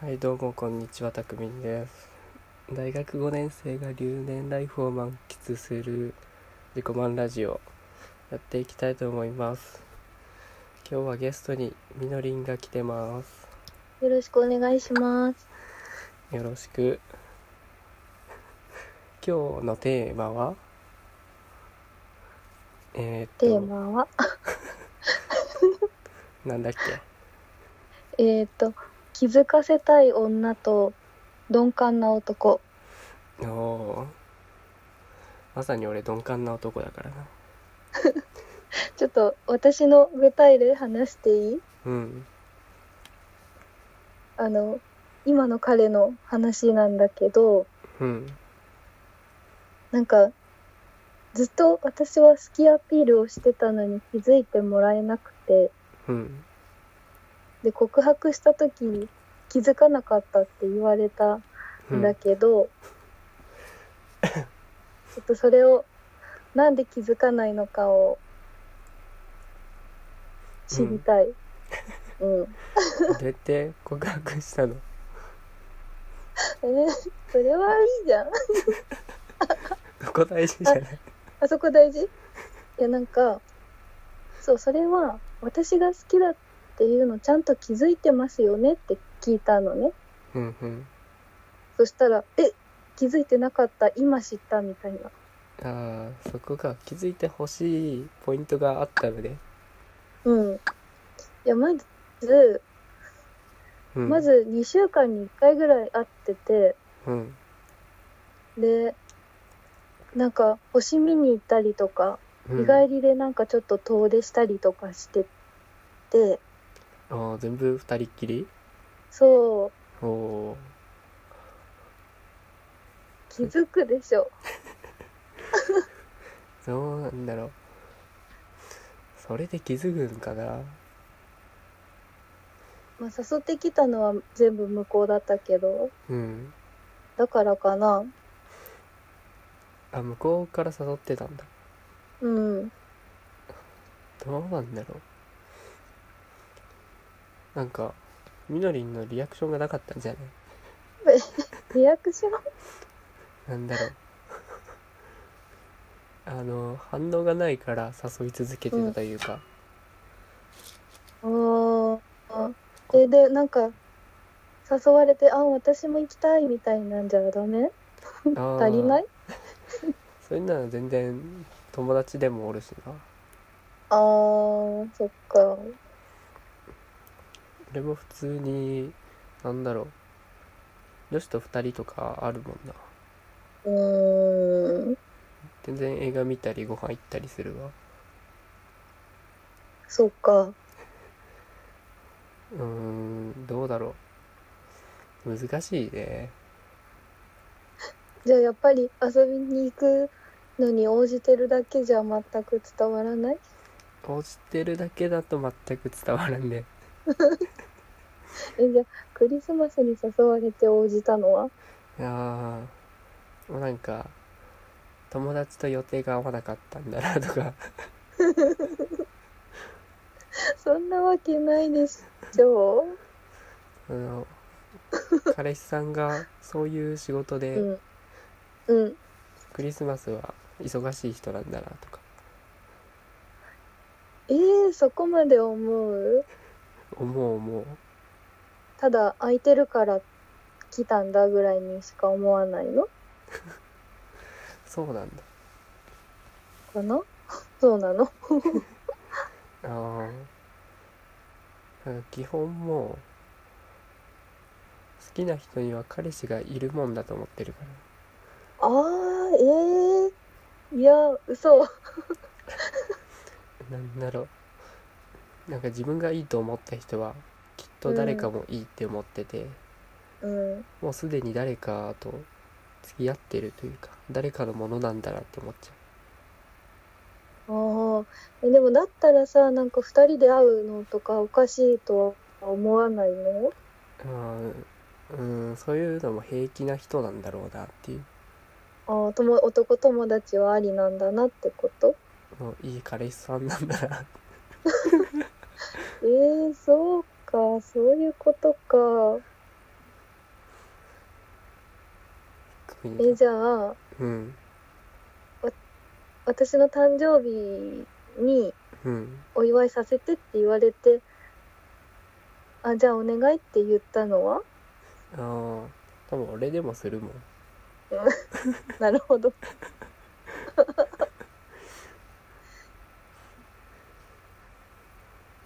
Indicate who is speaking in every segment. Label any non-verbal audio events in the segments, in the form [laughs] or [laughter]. Speaker 1: はい、どうもこんにちは、たくみんです。大学5年生が留年ライフを満喫する自己満ラジオやっていきたいと思います。今日はゲストにみのりんが来てます。
Speaker 2: よろしくお願いします。
Speaker 1: よろしく。今日のテーマはえー、っ
Speaker 2: テー
Speaker 1: と、
Speaker 2: マは、
Speaker 1: なんだっけ
Speaker 2: えっ、と、気づかせたい女と鈍感な男。
Speaker 1: おーまさに俺鈍感な男だからな。
Speaker 2: ちょっと私の具体例話していい
Speaker 1: うん。
Speaker 2: あの、今の彼の話なんだけど、
Speaker 1: うん。
Speaker 2: なんか、ずっと私は好きアピールをしてたのに気づいてもらえなくて、
Speaker 1: うん。
Speaker 2: で、告白した時に気づかなかったって言われた
Speaker 1: うん
Speaker 2: だけど、ちょっとそれをなんで気づかないのかを知りたい、うん
Speaker 1: どうやって告白したの
Speaker 2: えーそれはいいじゃん
Speaker 1: そこ大事じゃない
Speaker 2: あそこ大事いやなんかそうそれは私が好きだっていうのちゃんと気づいてますよねって聞いたのね
Speaker 1: [laughs] うんうん
Speaker 2: そしたら「え気づいてなかった今知った」みたいな
Speaker 1: ああそこが気づいてほしいポイントがあったので、
Speaker 2: うんいやまず、
Speaker 1: うん、
Speaker 2: まず2週間に1回ぐらい会ってて
Speaker 1: うん
Speaker 2: でなんか星見に行ったりとか、
Speaker 1: うん
Speaker 2: 日帰りでなんかちょっと遠出したりとかしてて
Speaker 1: ああ全部二人っきり
Speaker 2: そ
Speaker 1: お
Speaker 2: う
Speaker 1: お
Speaker 2: 気づくでしょ
Speaker 1: ーどうなんだろうそれで気づくんかな
Speaker 2: まあ、誘ってきたのは全部向こうだったけど
Speaker 1: うん
Speaker 2: だからかな
Speaker 1: あ向こうから誘ってたんだ
Speaker 2: うん
Speaker 1: どうなんだろうなんかみのりんのリアクションがなかったんじゃない
Speaker 2: リアクション
Speaker 1: なんだろう [laughs] あの反応がないから誘い続けてたというか、
Speaker 2: おーででなんか誘われて「あ私も行きたい」みたいなんじゃダメ
Speaker 1: あー
Speaker 2: 足りない
Speaker 1: それなら全然友達でもおるしな
Speaker 2: あーそっか
Speaker 1: 俺も普通になんだろう女子と2人とかあるもんな
Speaker 2: うーん
Speaker 1: 全然映画見たりご飯行ったりするわ
Speaker 2: そっか
Speaker 1: うーんどうだろう難しいね
Speaker 2: じゃあやっぱり遊びに行くのに応じてるだけじゃ全く伝わらない [laughs]
Speaker 1: 応じてるだけだと全く伝わらんね
Speaker 2: えじゃあクリスマスに誘われて応じたのは [laughs]
Speaker 1: ああもうなんか友達と予定が合わなかったんだな [laughs] とか
Speaker 2: そんなわけないでしょ
Speaker 1: あの彼氏さんがそういう仕事
Speaker 2: う、
Speaker 1: で、
Speaker 2: うん、うん、
Speaker 1: クリスマスは忙しい人なんだなとか
Speaker 2: えー、そこまで思う
Speaker 1: 思う思う
Speaker 2: ただ空いてるから来たんだぐらいにしか思わないの
Speaker 1: そうなんだ
Speaker 2: かな [laughs] そうなの
Speaker 1: ああなんか基本もう好きな人には彼氏がいるもんだと思ってるから
Speaker 2: あーえー、いや嘘
Speaker 1: なんだろうなんか自分がいいと思った人はきっと誰かもいいって思ってて、
Speaker 2: うん
Speaker 1: もうすでに誰かと付き合ってるというか誰かのものなんだなって思っちゃ
Speaker 2: ああ、えでもだったらさ、なんか二人で会うのとかおかしいとは思わないの
Speaker 1: うあーうんそういうのも平気な人なんだろうなっていう
Speaker 2: ああ、とも、男友達はありなんだなってこと
Speaker 1: もういい彼氏さんなんだな
Speaker 2: ええー、そうか、そういうことか。
Speaker 1: み
Speaker 2: え
Speaker 1: に
Speaker 2: じゃあ
Speaker 1: うん
Speaker 2: 私の誕生日に
Speaker 1: うん
Speaker 2: お祝いさせてって言われてあじゃあお願いって言ったのは
Speaker 1: ああ多分俺でもするもん
Speaker 2: なるほど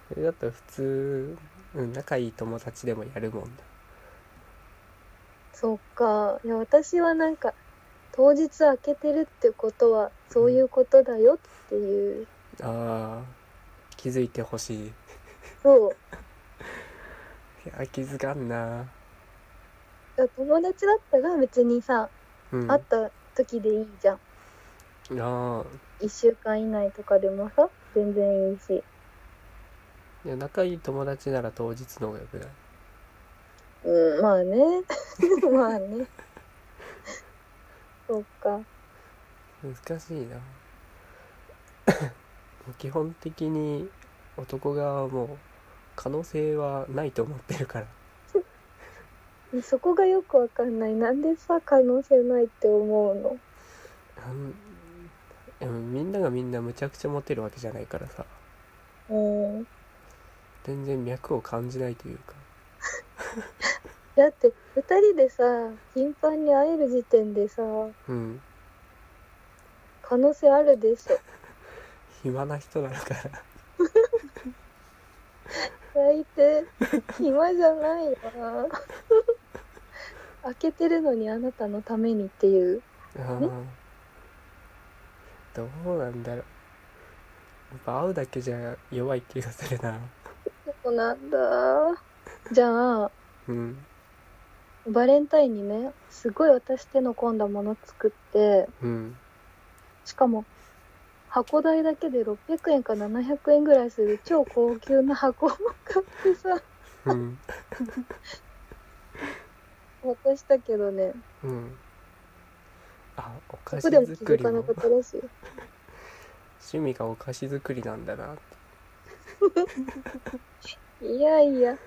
Speaker 1: それだったら普通、うん、仲いい友達でもやるもんだ
Speaker 2: そうかいや私はなんか当日開けてるってことはそういうことだよっていう
Speaker 1: あー気づいてほしいい
Speaker 2: そう
Speaker 1: や気づかんな
Speaker 2: だから友達だったら別にさ
Speaker 1: うん
Speaker 2: 会った時でいいじゃん
Speaker 1: あ
Speaker 2: 1週間以内とかでもさ全然いいし
Speaker 1: ーいや仲いい友達なら当日の方がよくない
Speaker 2: うんまあね [laughs] まあね [laughs] そうか
Speaker 1: 難しいな [laughs] 基本的に男側はもう可能性はないと思ってるから
Speaker 2: そこがよくわかんないなんでさ可能性ないって思うの
Speaker 1: うんでもみんながみんなむちゃくちゃモテるわけじゃないからさ
Speaker 2: うん
Speaker 1: 全然脈を感じないというか
Speaker 2: だって2人でさ頻繁に会える時点でさ
Speaker 1: うん
Speaker 2: 可能性あるでしょ
Speaker 1: 暇な人なのから
Speaker 2: 相手暇じゃないよな開けてるのにあなたのためにっていう
Speaker 1: あーどうなんだろうやっぱ会うだけじゃ弱い気がするな
Speaker 2: そうなんだじゃあ
Speaker 1: うん
Speaker 2: バレンタインにねすごい私手の込んだもの作って
Speaker 1: うん
Speaker 2: しかも箱代だけで600円か700円ぐらいする超高級な箱を買ってさ
Speaker 1: うん
Speaker 2: 渡したけどね
Speaker 1: うんあお
Speaker 2: そ
Speaker 1: 菓
Speaker 2: こ
Speaker 1: 子
Speaker 2: でも気
Speaker 1: 作
Speaker 2: づ
Speaker 1: り
Speaker 2: かな
Speaker 1: も
Speaker 2: かったらしい
Speaker 1: 趣味がお菓子作りなんだなって
Speaker 2: いやいや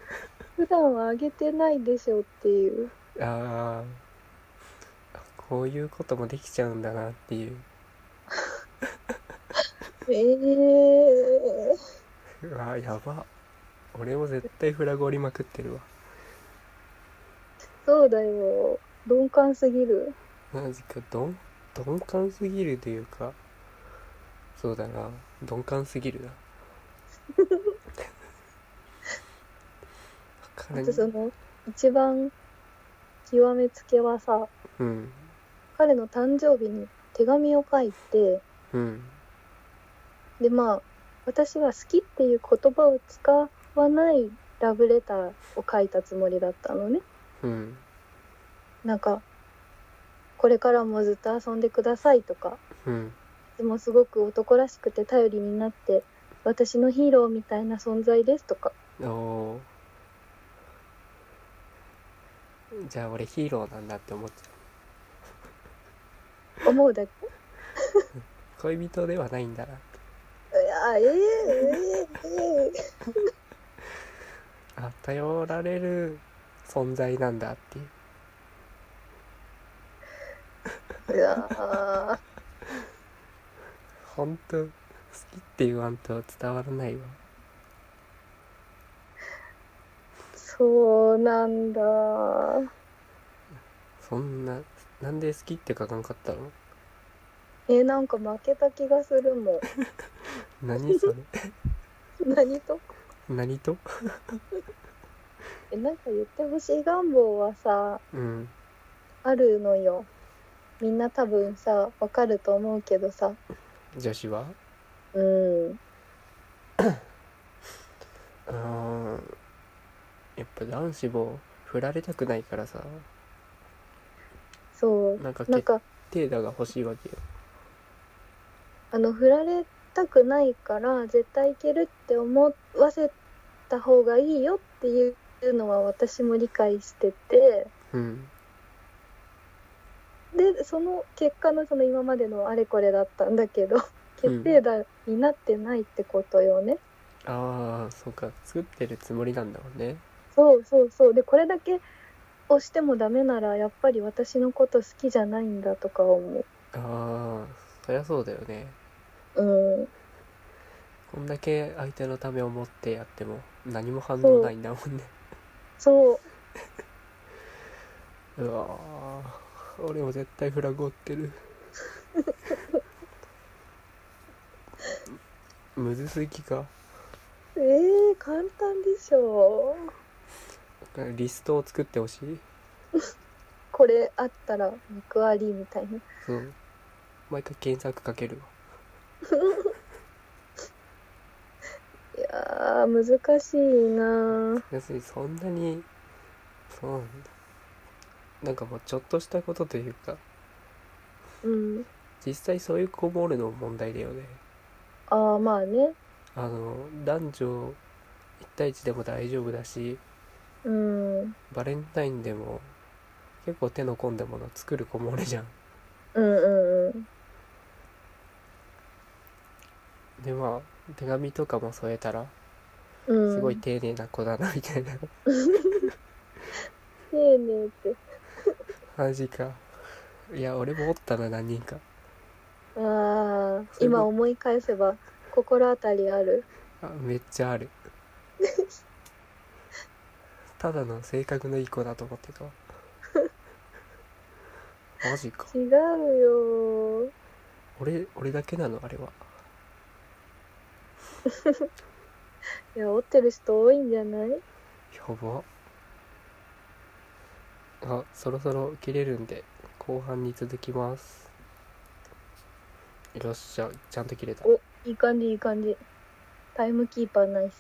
Speaker 2: 普段はあげてないでしょっていう
Speaker 1: ああこういうこともできちゃうんだなっていう
Speaker 2: ええ
Speaker 1: うわやば俺も絶対フラグ折りまくってるわ
Speaker 2: そうだよ鈍感すぎる
Speaker 1: マジかどん鈍感すぎるというかそうだな鈍感すぎるなだから
Speaker 2: [laughs] あ
Speaker 1: に
Speaker 2: とその一番極めつけはさ
Speaker 1: うん
Speaker 2: 彼の誕生日に手紙を書いて
Speaker 1: うん
Speaker 2: でまあ私は「好き」っていう言葉を使わないラブレターを書いたつもりだったのね
Speaker 1: うん
Speaker 2: なんか「これからもずっと遊んでください」とか
Speaker 1: うん
Speaker 2: 「でもすごく男らしくて頼りになって私のヒーローみたいな存在です」とか
Speaker 1: おーじゃあ俺ヒーローなんだって思っちゃ
Speaker 2: 思うだけ
Speaker 1: う恋人ではないんだな
Speaker 2: あええええええ
Speaker 1: あ頼られる存在なんだっていう
Speaker 2: うわ
Speaker 1: 本当好きって言わんと伝わらないわ
Speaker 2: そうなんだ
Speaker 1: そんななんで好きって書かんかったの
Speaker 2: えなんか負けた気がするもん
Speaker 1: 何それ
Speaker 2: [laughs] 何と
Speaker 1: 何と
Speaker 2: えなんか言ってほしい願望はさ
Speaker 1: うん
Speaker 2: あるのよみんな多分さわかると思うけどさ
Speaker 1: 女子は
Speaker 2: うん
Speaker 1: うーんやっぱ男子も振られたくないからさ
Speaker 2: そう
Speaker 1: なんか
Speaker 2: なん
Speaker 1: 決
Speaker 2: か
Speaker 1: 定打が欲しいわけよ
Speaker 2: あの振られたくないから絶対いけるって思わせた方がいいよっていうのは私も理解してて
Speaker 1: うん
Speaker 2: でその結果のその今までのあれこれだったんだけど決定打になってないってことよね、
Speaker 1: ああそうか作ってるつもりなんだもんね
Speaker 2: そうそうそうでこれだけをしてもダメならやっぱり私のこと好きじゃないんだとか思
Speaker 1: ああそりゃそうだよね
Speaker 2: ううん
Speaker 1: こんだけ相手のためを思ってやっても何も反応ないんだもんね
Speaker 2: そう
Speaker 1: うわー俺も絶対フラグ追ってるむずすぎか
Speaker 2: えー、簡単でしょ
Speaker 1: リストを作ってほしい
Speaker 2: これあったら報ありみたいな
Speaker 1: そう毎回検索かけるわ
Speaker 2: いやー難しいな
Speaker 1: 別にそんなにそうなんだなんかもうちょっとしたことというか
Speaker 2: うん
Speaker 1: 実際そういう子もおるのも問題だよね
Speaker 2: ああまあね
Speaker 1: あの男女1対1でも大丈夫だし
Speaker 2: うんうん
Speaker 1: バレンタインでも結構手の込んだもの作る子もおるじゃん
Speaker 2: うんうん
Speaker 1: でまあ手紙とかも添えたら
Speaker 2: うん
Speaker 1: すごい丁寧な子だなみたいな
Speaker 2: 丁寧って
Speaker 1: マジかいや俺もおったな何人か
Speaker 2: ああ
Speaker 1: それも
Speaker 2: 今思い返せば心当たりある
Speaker 1: あめっちゃあるただの性格のいい子だと思ってたわマジか
Speaker 2: 違うよ
Speaker 1: 俺俺だけなのあれは
Speaker 2: ーいや追ってる人多いんじゃない
Speaker 1: やばあそろそろ切れるんで後半に続きますよっしゃちゃんと切れた
Speaker 2: おいい感じいい感じタイムキーパーないし